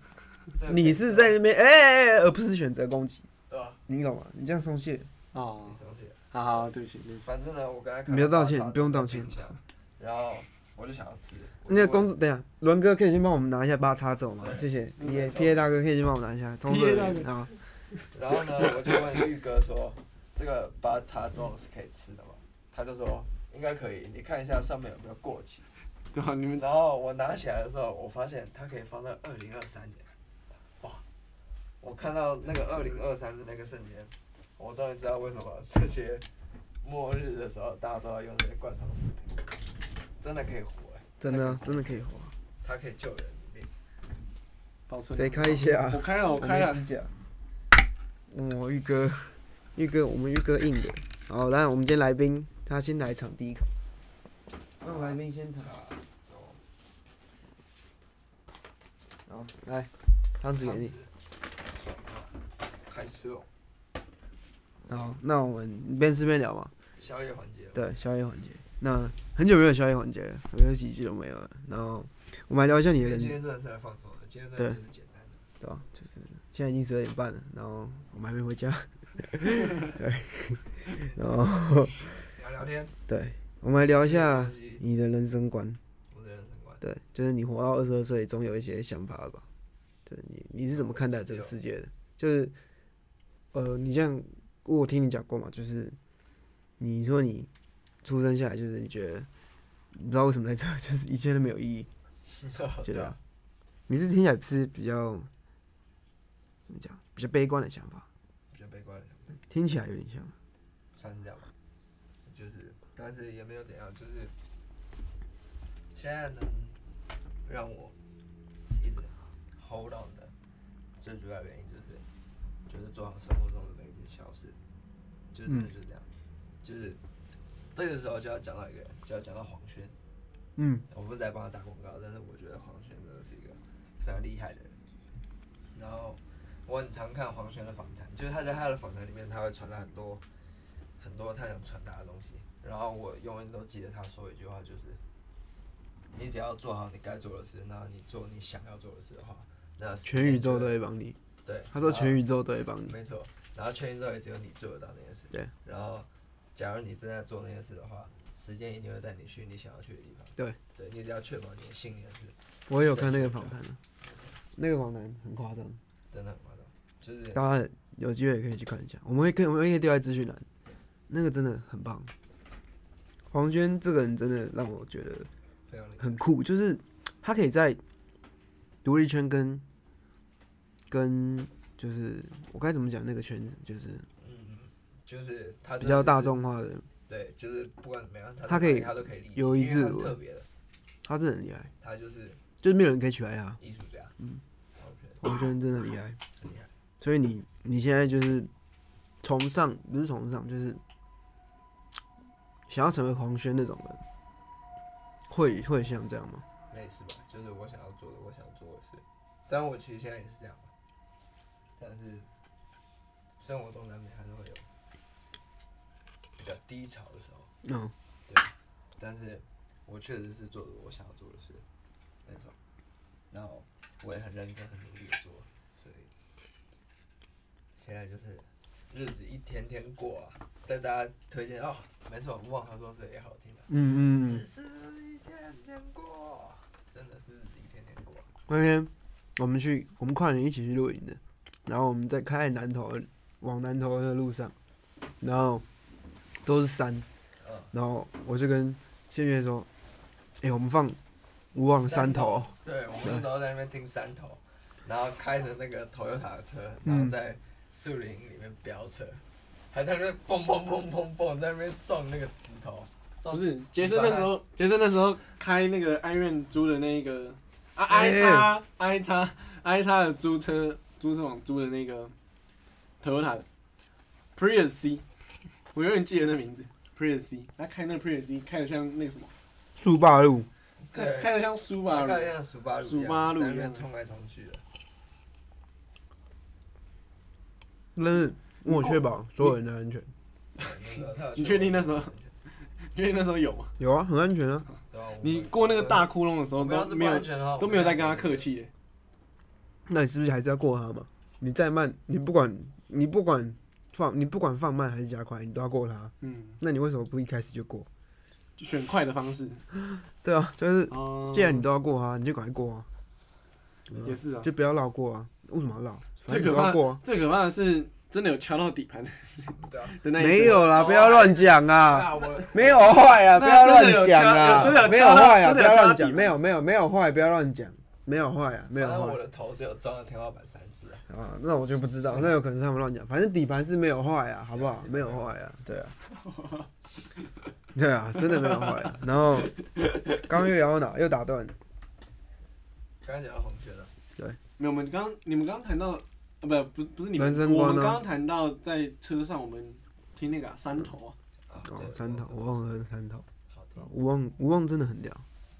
这个可以
你
吃吗
是在那边哎哎，哎而不是选择攻击，
对吧？
你懂吗？你这样松懈，
哦
你，生气了
好好，对不起，对不起。
反正呢，我刚才看到
没有道歉
八叉粥
不用道歉
在冰箱，然后我就想要吃，我就
那个
问
工作，等一下，伦哥可以先帮我们拿一下八叉走吗？谢谢。
嗯
P A
没错
P A 大哥可以先帮我拿一下，通知
PA 大
人
哥
员啊，
然后呢，我就问玉哥说：“这个八叉粥是可以吃的吗？”他就说：“应该可以，你看一下上面有没有过期。
对啊，你”们
然后我拿起来的时候，我发现它可以放到二零二三年。哇！我看到那个二零二三的那个瞬间，我终于知道为什么这些末日的时候大家都要用这些罐头食品，真的可以活、欸，
真的真的可以活，
它可以救人命。
保存
谁开一些啊
我？开了，我开了
没。指甲。我玉哥，玉哥，我们玉哥硬的。好，当然我们今天来宾他先来尝第一口。让来宾先尝，好，来，汤匙给你。
爽啊！开吃哦，
好，那我们边吃边聊吧。
宵夜环节哦了。
对，宵夜环节。那很久没有宵夜环节了，好像几季都没有了。然后我们来聊一下你
因
的
为
人
今
生，
天真的是来放松的，今天真的就是简单的。
对吧？就是现在已经十二点半了，然后我们还没回家。对， [laughs] 然后
聊聊天，
对，我们来聊一下
吃点东西
你的人生观。
我的人生观。
对，就是你活到二十二岁，总有一些想法了吧？对你，你是怎么看待这个世界的？就是，呃，你这样，我有听你讲过嘛，就是你说你出生下来， [laughs]
[laughs] 啊
就是你觉得你不知道为什么在这，就是一切都没有意义，觉得、你是听起来是比较怎么讲，比较悲观的想法，
比较悲观的想法，
听起来有点像。
算是这样吧。就是，但是也没有怎样，就是现在能让我一直 hold on 的最主要原因就是，就是做好生活中的每一件小事，就是
嗯
真的就是这样，就是这个时候就要讲到一个，就要讲到黄轩。
嗯
我不是在帮他打广告，但是我觉得黄轩真的是一个非常厉害的人。然后我很常看黄轩的访谈，就是他在他的访谈里面，他会传达很多很多他想传达的东西。然后我永远都记得他说一句话，就是你只要做好你该做的事，然后你做你想要做的事的话，那时间
全宇宙
就
都
会
会帮你。
对。
他说
然后
全宇宙都会帮你。
没错，然后确定之后也只有你做得到那件事。
对。
然后，假如你正在做那件事的话，时间一定会带你去你想要去的地方。
对。
对你只要确保你的信念是
我有看那个访谈啊，那个访谈很夸张，
真的很夸张，就是
大家有机会也可以去看一下。我们会可以我们也可以丢在资讯栏，那个真的很棒。黄轩这个人真的让我觉得
非常厉害。
很酷，就是他可以在独立圈跟跟就是我该怎么讲那个圈子，就是
嗯，就是他真的
比较大
就是，
众化的，
对，就是不管怎么样，他
他
他
可以
他都可以理解，
游移
因为
自
他是
如
特别的，
他真的很厉害，
他就是
就是没有人可以取代他。
艺术家。
嗯
，OK，
黄轩真的很厉害，
很厉害。
所以你你现在就是崇尚不是崇尚，就是想要成为黄轩那种人，会会像这样吗？
类似吧，就是我想要做的，我想做的事。但我其实现在也是这样吧，但是生活中难免还是会有比较低潮的时候。
嗯，
但是我确实是做了我想要做的事，没错。然后我也很认真、很努力的做，所以现在就是日子一天天过啊。带大家推荐哦，没错，勿忘合作社也好听的、
嗯
日
嗯
子一天天过，真的是日子一天天过。
那天我们去，我们跨年一起去露营的，然后我们在开在南头往南头的路上，然后都是山，
嗯，
然后我就跟谢月说：“哎、我们放无忘的山头。
对，我们那时候在那边听山头，然后开着那个 Toyota 的车，
嗯
然后在树林里面飙车，还在那边蹦蹦蹦蹦蹦，在那边撞那个石头。撞
不是杰森那时候，杰森那时候开那个 i r o n 租的那个啊 i
哎
叉 i 叉 i 叉的租车租车网租的那个 Toyota 的 Prius C，我永远记得那名字 Prius C，他开那 Prius C 开的像那个什么，
速霸路，
开
对，
开的像苏
大
吧，
概像十八路一样，
18路一
在
样
那边冲来冲去的。
但是我确保所有人的安全。
对那个他有
你确定那时候
去过
因为那时候有嘛，
有啊，很安全啊。
对啊我们
你过那个大窟窿的时
我
候
们要
都
是
没
不
有
安全的话，
都没有在跟他客。气的，
那你是不是还是要过它嘛？你再慢，你不管你不管放你不管放慢还是加快，你都要过它。
嗯，
那你为什么不一开始就过？
就选快的方式。
对啊，就是
哦，
既然你都要过它，你就赶快过啊，
也是啊，
就不要绕过啊。为什么要绕？反
最
正你
可
都
怕
要过啊。
最可怕的是真的有敲到底盘的
对啊
[laughs] 的那一声
没有啦，不要乱讲啊。
啊，我
没有坏啊，不要乱讲
那真的有敲有真的有敲到
啊。没有坏啊，
真
不
的有
要
敲到
乱
底
讲。
吗
没有没有没有坏，不要乱讲。没有坏啊，没有
反正我
坏
的头是有撞到天花板三次啊。
啊，那我就不知道，那有可能是他们乱讲。反正底盘是没有坏啊，好不好？没有坏啊，对啊。对啊，真的没有坏。然后刚刚又聊到哪？又打断。
刚刚讲到红圈了，
没有，我们刚刚你们刚刚谈到，呃，不，不是不是你们
男，生
我
观啊
们刚刚谈到在车上我们听那个、啊、山头啊，
啊
哦，
对
三头，我忘了三头。
好听，
无望，无望真的很屌。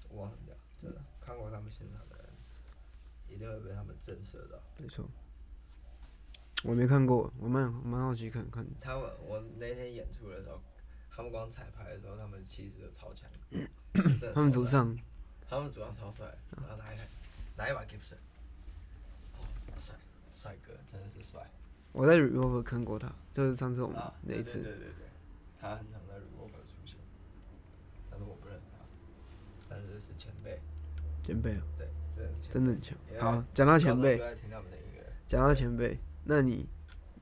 我很屌，真的看过他们现场的人，一定会被他们震慑到。
没错。我没看过，我蛮蛮好奇看看的。
他们我那天演出的时候，他们光彩排的时候，他们的气势就超强。
他们组，上
他们主要超帅，然后拿一台拿一把 Gibson，哦，帅帅哥真的是帅
我在 Revolver 看过他，就是上次我们
啊！
那一
对
次
对，对对对，他很常在 r e v o l 出现，但是我不认识他，但是是前辈，
前辈啊
对，真的是前辈
真的很强。
因为
好，讲到前辈
高中就，在听他们的音乐，
讲到前辈，那你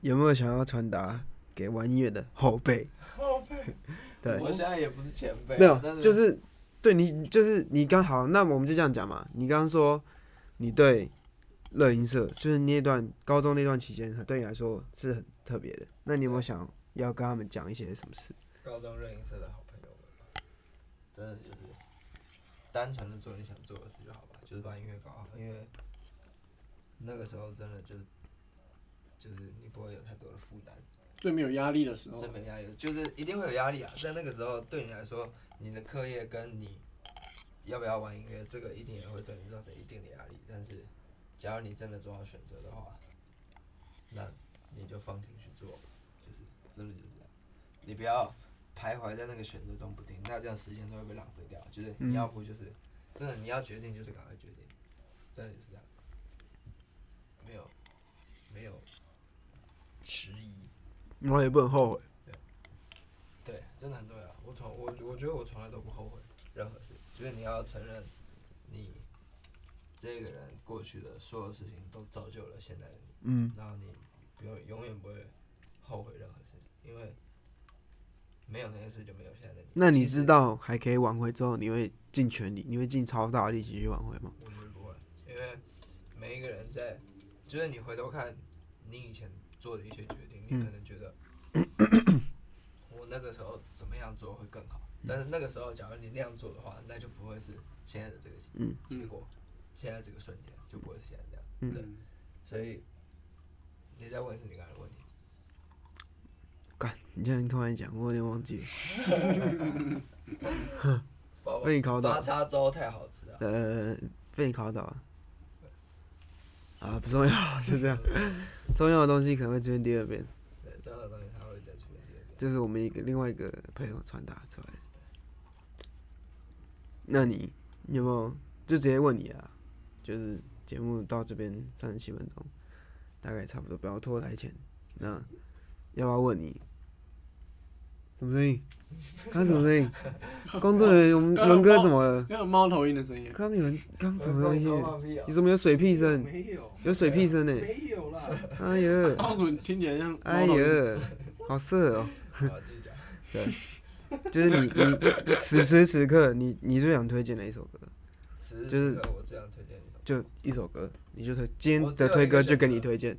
有没有想要传达给玩音乐的后辈？
后辈，
对，
我现在也不是前辈，
没有
但，是
就是对你，就是你刚好，那我们就这样讲嘛。你刚刚说你对乐音社，就是那段高中那段期间，对你来说是很特别的。那你有没有想要跟他们讲一些什么事？
高中热音社的好朋友们吧，真的就是单纯的做你想做的事就好吧，就是把音乐搞好，因为那个时候真的就就是你不会有太多的负担，
最没有压力的时候
真，没压力，就是一定会有压力啊。在那个时候，对你来说，你的课业跟你要不要玩音乐，这个一定也会对你造成一定的压力。但是，假如你真的做好选择的话，那你就放心去做，就是真的就是这样。你不要徘徊在那个选择中不定，那这样时间都会被浪费掉。就是
嗯
你要不就是、真的你要决定，就是赶快决定，真的就是这样，没有没有迟疑。
然后也不能后悔。
对，真的很对啊！我从我我觉得我从来都不后悔任何事，就是你要承认你这个人过去的所有事情都造就了现在的你，
嗯
然后你不用永远不会后悔任何事，因为没有那些事就没有现在的你。
那你
其实
知道还可以挽回之后，你会尽全力，你会尽超大的力气去挽回吗？
我觉得不会，因为每一个人在，就是你回头看你以前做的一些决定，你
嗯
可能觉得我那个时候怎么样做会更好，但是那个时候假如你那样做的话，那就不会是现在的这个结
嗯
结果，现在这个瞬间就不会是现在这样。
嗯，
所以你在问是你刚才的问题，
你这样突然讲，我有点忘记了。
包括
被你考倒
八叉粥太好吃啊了，
呃，被你考倒了。啊，不重要， [laughs] 就这样。重要的东西可能会出现第二遍，
对，这样的东西它会再出现第二遍。
这是我们一个另外一个朋友传达出来的。那你有没有就直接问你啊？就是节目到这边三十七分钟，大概差不多，不要拖台前。那要不要问你？什么声音？刚刚什么声音？工作人员，我们
刚刚
伦哥
猫
怎么了？
要有猫头鹰的声音，
刚刚有人，刚刚什么
我
东
也
西
不？知道放屁啊
你怎么有水屁声？
没有，
有水屁声呢、
没有啦。
哎呦，
猫怎么听起来像？
哎，呦，好色哦、
[laughs] 好，继续讲。
就是你你此时此刻，你你最想推荐的一首歌，
此时
就是
此刻我最想推荐你什么？
就一首歌，你就推今
我
天
只有
的推歌
一个选
就
择
给你推荐，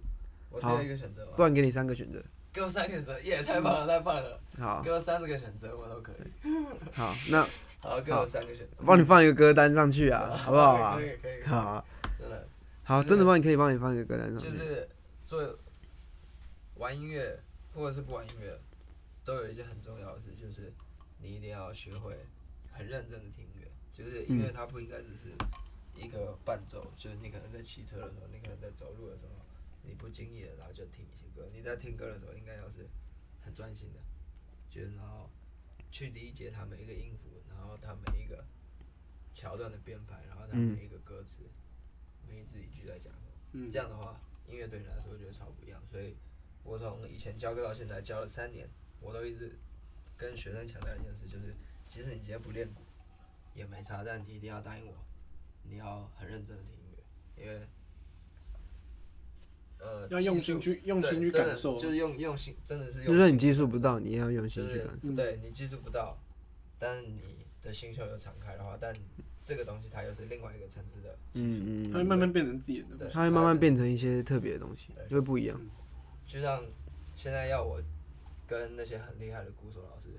我只有一个选择嘛
不，然给你三个选择。
给我三个选择，耶，太棒了，太棒了！
好
给我三十个选择，我都可以。
好，那
好，给我三个选择，
我帮你放一个歌单上去啊，好不好啊
[laughs] 可？以可以，可以
好啊，
真的
好，真的帮你可以帮你放一个歌单上
就
去。
是做玩音乐或者是不玩音乐，都有一件很重要的事，就是你一定要学会很认真的听音乐。就是音乐它不应该只是一个伴奏，就是你可能在骑车的时候，你可能在走路的时候，你不经意的然后就听一些歌。你在听歌的时候，应该要是很专心的，就是然后去理解它每一个音符，然后它每一个桥段的编排，然后它
嗯
每一个歌词，每一字一句在讲什么。
嗯
这，样的话，音乐对你来说就会超不一样。所以，我从以前教课到现在教了三年，我都一直跟学生强调一件事，就是即使你今天不练鼓也没差，但你一定要答应我，你要很认真的听音乐，因为呃
要用心去用心去感受啊
对真的，就是用用心，真的是
就
用
算
心
你技术不到，你也要用心
就
去
是
感受。
受
对你技术不到，但是你的心胸有敞开的话，但这个东西它又是另外一个层次的技术。
嗯
它会
嗯，
慢慢变成自己的东
对
西。
它会慢慢变成一些特别的东西，就会不一样。
就像现在要我跟那些很厉害的鼓手老师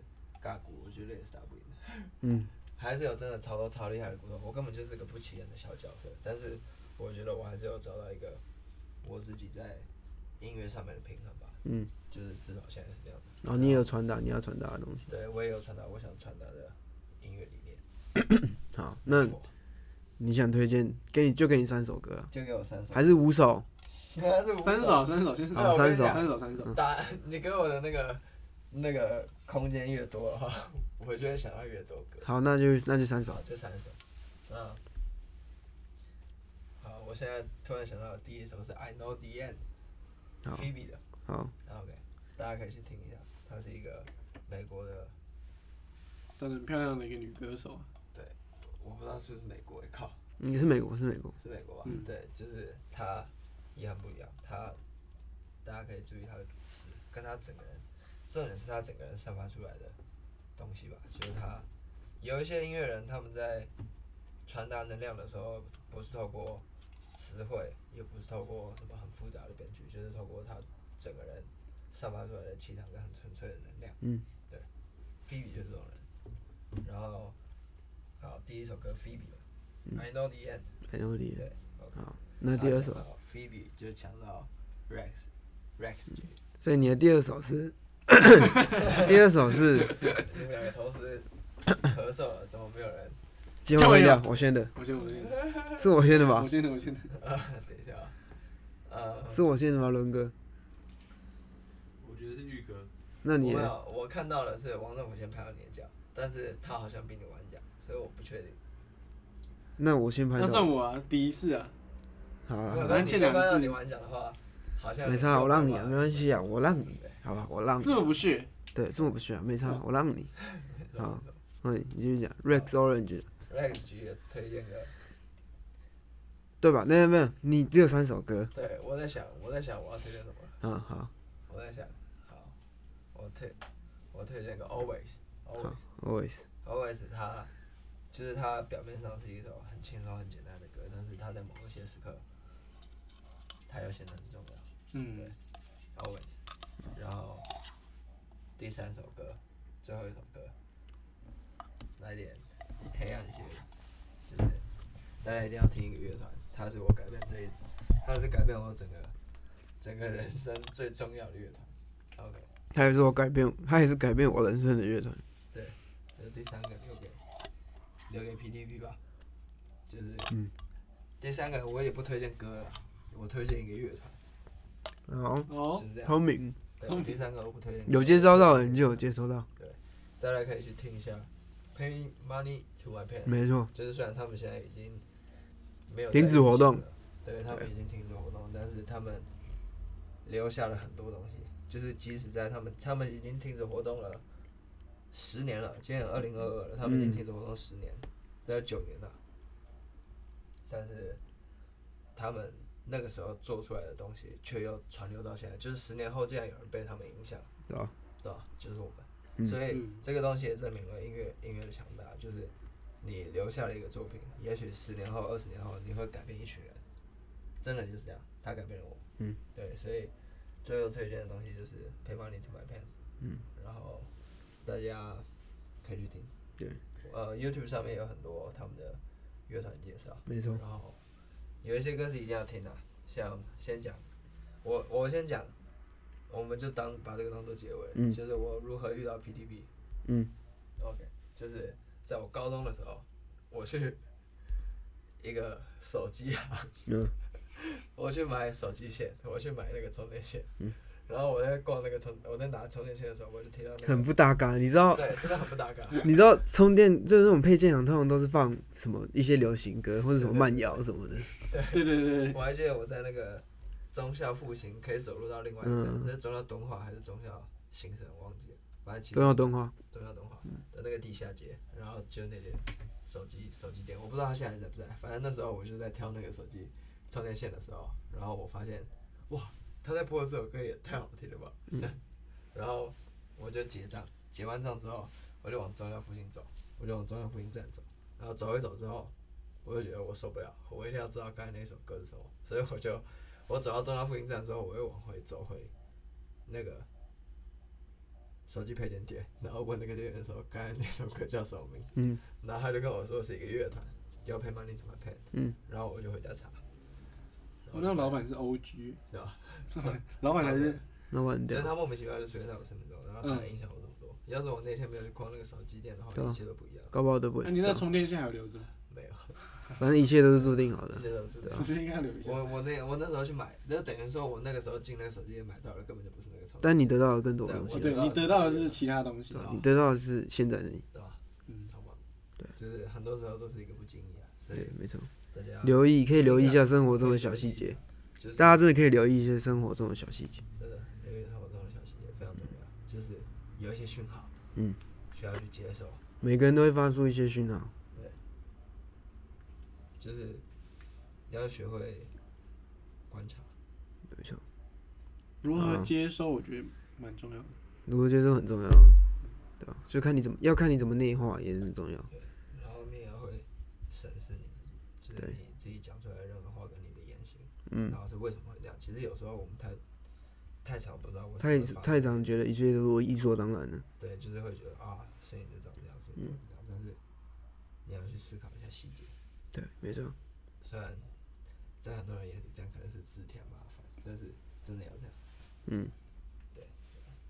尬鼓，我绝对也是打不赢的。
嗯，
[laughs] 还是有真的超多超厉害的鼓手，我根本就是个不起眼的小角色。但是我觉得我还是有找到一个我自己在音乐上面的平衡吧。
嗯，
就是至少现在是这样的。
然后你也有传达你要传达的东西。
对我也有传达我想传达的音乐理念。
好，那
错
你想推荐给你就给你三首歌啊、
就给我三首， [laughs]
还是五首？
还是五
三首，啊三首，先是
好
三
啊三首嗯
三首，三首。
答你给我的那个那个空间越多的话， [laughs] 我就会想要越多歌。
好，那就那就三首
好，。啊这三首。嗯，好，我现在突然想到的第一首是《I Know the End
好》
，Phoebe 的。啊
好，
OK，大家可以去听一下，她是一个美国的，
长得很漂亮的一个女歌手，啊
我不知道是不是美国，靠，
你是美国是美国，
是美国吧？
嗯
对，就是她也很不一样，她大家可以注意她的词，跟她整个人，重点是她整个人散发出来的东西吧，就是她有一些音乐人他们在传达能量的时候，不是透过词汇，也不是透过什么很复杂的编剧，就是透过他整个人散发出来的气场跟很纯粹的能量。
嗯，
对菲比就是这种人。然后，好，第一首歌菲比，I
嗯
know the end，
I know the end
对，OK。
啊好，那第二首，
菲比就是强到 Rex，Rex 姐，
所以你的第二首
[laughs]
是，第二首是
你们两个同时咳嗽了，怎么没有人？
今晚会聊，我先的，
我先我先
是我先的吧
我？先我先
啊，等一下啊，呃，
是我先的吗，伦哥？
我觉得是玉哥，
那
我
你
没
呢
有，我看到的是王政府先拍到你的脚，但是他好像比你晚讲，所以我不确定。
那我先拍
那算
到，
我啊，第一次啊，
好啊，
如果
反
好啊
正
你
欠
先拍
两
到
次
你晚讲的话，好像
没差，我让你啊，没关
系。
系啊，我让你，好吧，我让你
这，么不嗯屑，
对，这么不需要，没差，啊我让你，
好
好嗯，你继续讲，Rex Orange，
，Rex 局也推荐歌，
对吧？没有没有，你只有三首歌
对我在想，我在想我要推荐什么，
啊，好，
我在想，好，我推我推荐个 Always
好
Always
，Always，
Always，它就是它表面上是一首很轻松很简单的歌，但是它在某一些时刻，它又显得很重要。
嗯，
Always，然后第三首歌，最后一首歌，来点黑暗些，就是大家一定要听一个乐团，它是我改变这一，它是改变我整个整个人生最重要的乐团。OK，
他也是我改变，他也是改变我人生的乐团，
呃这是第三个留给留给 PTV 吧，就是
嗯
第三个我也不推荐歌了，我推荐一个乐团，
然后
哦
就，是这样。
聪明，
对
聪明
第三个我不推荐歌，
有接收到的人就有接收到，
大家可以去听一下《Pay Money to My Pen》，
没错，
就是虽然他们现在已经没有
停止
在疫
活
情
动
了，对他们已经停止活动，但是他们留下了很多东西，就是即使在他们他们已经停止活动了十年了，今年二零二二了，他们已经
嗯
停止活动十年，大概九年了，但是他们那个时候做出来的东西却又传流到现在，就是十年后竟然有人被他们影响。
知道吧？
对吧？就是我们，
啊嗯
所以
嗯
这个东西也证明了音乐音乐的强大，就是你留下了一个作品，也许十年后、二十年后你会改变一群人，真的就是这样，他改变了我，
嗯，
对，所以最后推荐的东西就是《陪伴你 to my pen》，
嗯，
然后大家可以去听，
对，
呃，YouTube 上面有很多他们的乐团介绍，
没错，
然后有一些歌是一定要听的、像先讲，我我先讲，我们就当把这个当做结尾，
嗯
就是我如何遇到 PTB。
嗯
OK，就是在我高中的时候，我去一个手机行，
嗯
[laughs] 我去买手机线，我去买那个充电线，
嗯
然后我在逛那个充，我在拿充电线的时候，我就听到那个，
很不搭嘎，你知道。
对，真的很不
[laughs]
搭嘎。
你知道充电就是那种配件行，通常都是放什么一些流行歌或者什么
对对
慢摇什么的。
对对对对，
我还记得我在那个中校复兴可以走路到另外一站，
嗯
这是中校敦化还是中校新生，我忘记了，反正其
都
中
要动画，
中校敦化的那个地下街，然后就是那间手机手机店，我不知道他现在在不在，反正那时候我就在挑那个手机充电线的时候，然后我发现哇，他在播的这首歌也太好听了吧，
嗯
这样，然后我就结账，结完账之后我就往中校复兴走，我就往中校复兴站走，然后走一走之后。我就觉得我受不了，我一定要知道刚才那首歌是什么，所以我就我走到中央复兴站之后，我又往回走回那个手机配件店，然后问那个店员说刚才那首歌叫什么名字，
嗯，
然后他就跟我说是一个乐团叫 Pay Money to My Pen，
嗯，
然后我就回家查，
我哦那老板是 O G，
对吧？
[laughs] 老板才是
那完
就是
掉。
他莫名其妙就出现在我生命中，然后他影响我这么
嗯
多。要是我那天没有去逛那个手机店的
对
话，
啊
一切都不一样，
高不好都不
那、啊
会
你
知
那
道，
充电线还有留着吗？
没
啊
有，
反正一切都是注定好的
一。切都知道
啊
我。觉得应该留一下。哦
我我那我那时候去买，就等于说我那个时候进那个手机店买到的根本就不是那个超市。
但你得到了更多的东
我
西，
哦对
得到的
你
是
得到的是其他东西
对，吧
啊
你得到的是现在的你。
对吧？
嗯，
好吧，
对，
就是很多时候都是一个不经意啊，所
对
以，
没错。
大家
留意可以留意一下生活中的小细节，
就是
大家真的可以留意一些生活中的小细节。
真的留意生活中的小细节非常重要，就是有一些讯号，
嗯，
需要去接受，
每个人都会发出一些讯号，
就是你要学会观察，
没错。
如何
嗯
接收，我觉得蛮重要的。
如果觉得很重要，对吧？就看你怎么，要看你怎么内化也是很重要。
然后你也会审视你自己，就是
对
你自己讲出来的任何话跟你的言
嗯
然，后是为什么会这样？其实有时候我们太太常不知道为什么
太
会发生
太常觉得一切都是理所当然了。
对，就是会觉得啊，事情就长这样，事情就长这样，但是你要去思考一下细节。
对，没错，
虽然在很多人眼里这样可能是自添麻烦，但是真的要这样，
嗯，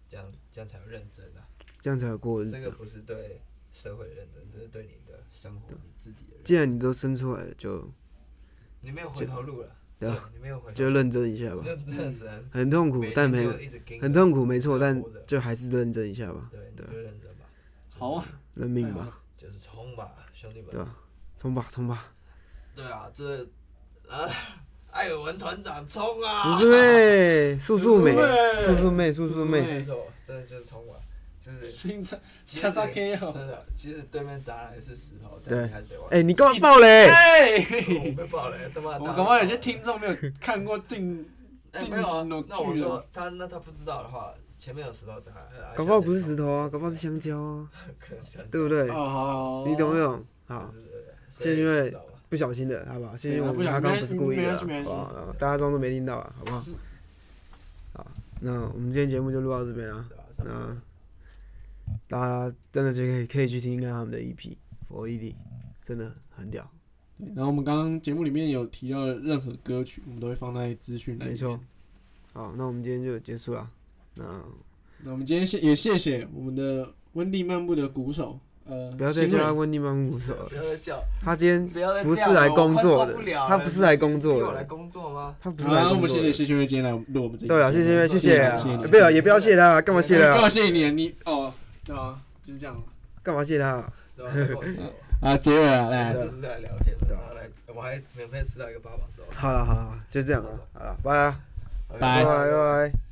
这样这样才有认真啊。
这样才有过日
这
子
个
啊。
不是对社会的认真，这是对你的生活、你自己的认
既
真。
然你都生出来了，就
你没有回头路了，
对
对
啊，
你没有回头
就
路，
认真一下吧
你。就真的只能
很痛苦
每，
但没
天
有
就一直盯
很
着
痛苦，没错，但
活着
就还是认真一下吧，
对，你
对
就认真吧，
好啊，
认命
哎
吧，
就是冲吧，兄弟们
对。啊吧、冲吧，冲吧，
对啊，这啊，艾尔文团长冲啊！
叔叔妹，叔叔妹，
叔
叔
叔
叔妹，叔叔妹，
没错，真的就是冲啊，就是
新菜
即
叉
使
叉 K
真
哦，
的，即使对面砸来是石头，
对
但你还是得往。哦
哎，你干嘛爆嘞？
哎，
我被
[laughs]
爆了，他妈！
我搞不好有些听众没有看过进，
哎没有啊
进击的巨人
那我说他那他不知道的话，前面有石头砸，呃
搞不好不是石，头啊，搞不好是香蕉啊，
可能是很
对不对
哦，？好，
你懂不？懂？好，
所以
就因为
不知道吧
不小心的，好不好？谢谢
对啊
我
不
们
小
他
心
刚刚不是故意的啊，好
没关系没关系
不好？啊大家装作没听到啊，好不好？好，那我们今天节目就录到这边啊。
对吧差不多
那大家真的就可以可以去听一看他们的 EP《佛莉莉》，真的很屌。
对然后我们刚刚节目里面有提到的任何歌曲，我们都会放在资讯栏。
没错。好，那我们今天就结束了。那
那我们今天谢也谢谢我们的温蒂漫步的鼓手，呃，
不要再
新
叫
锐
他温蒂曼鼓手了
不，要再叫，
他今天
不要再
不是
这样了
来工作的
我快受了
他不是来工作的
你有来工作吗？
他不是
好
来
啊，我
工
们
作
谢谢
的。
谢谢瑞今天来录我们这一
对了，
集
谢谢谢
谢
谢
谢
啊
谢谢你！
不要也不要谢他啊，干嘛谢
哎
他
干
啊
嘛？谢谢你啊，你哦，对啊，就是这样
干嘛谢他啊？
对吧？跟我说
啊，结尾了，
我
来，
[laughs]
就是在聊天
啊
的，然后来吃，我还免费吃到一个八宝粥。
好了好了，就这样了，好了，拜啊，
拜
拜拜。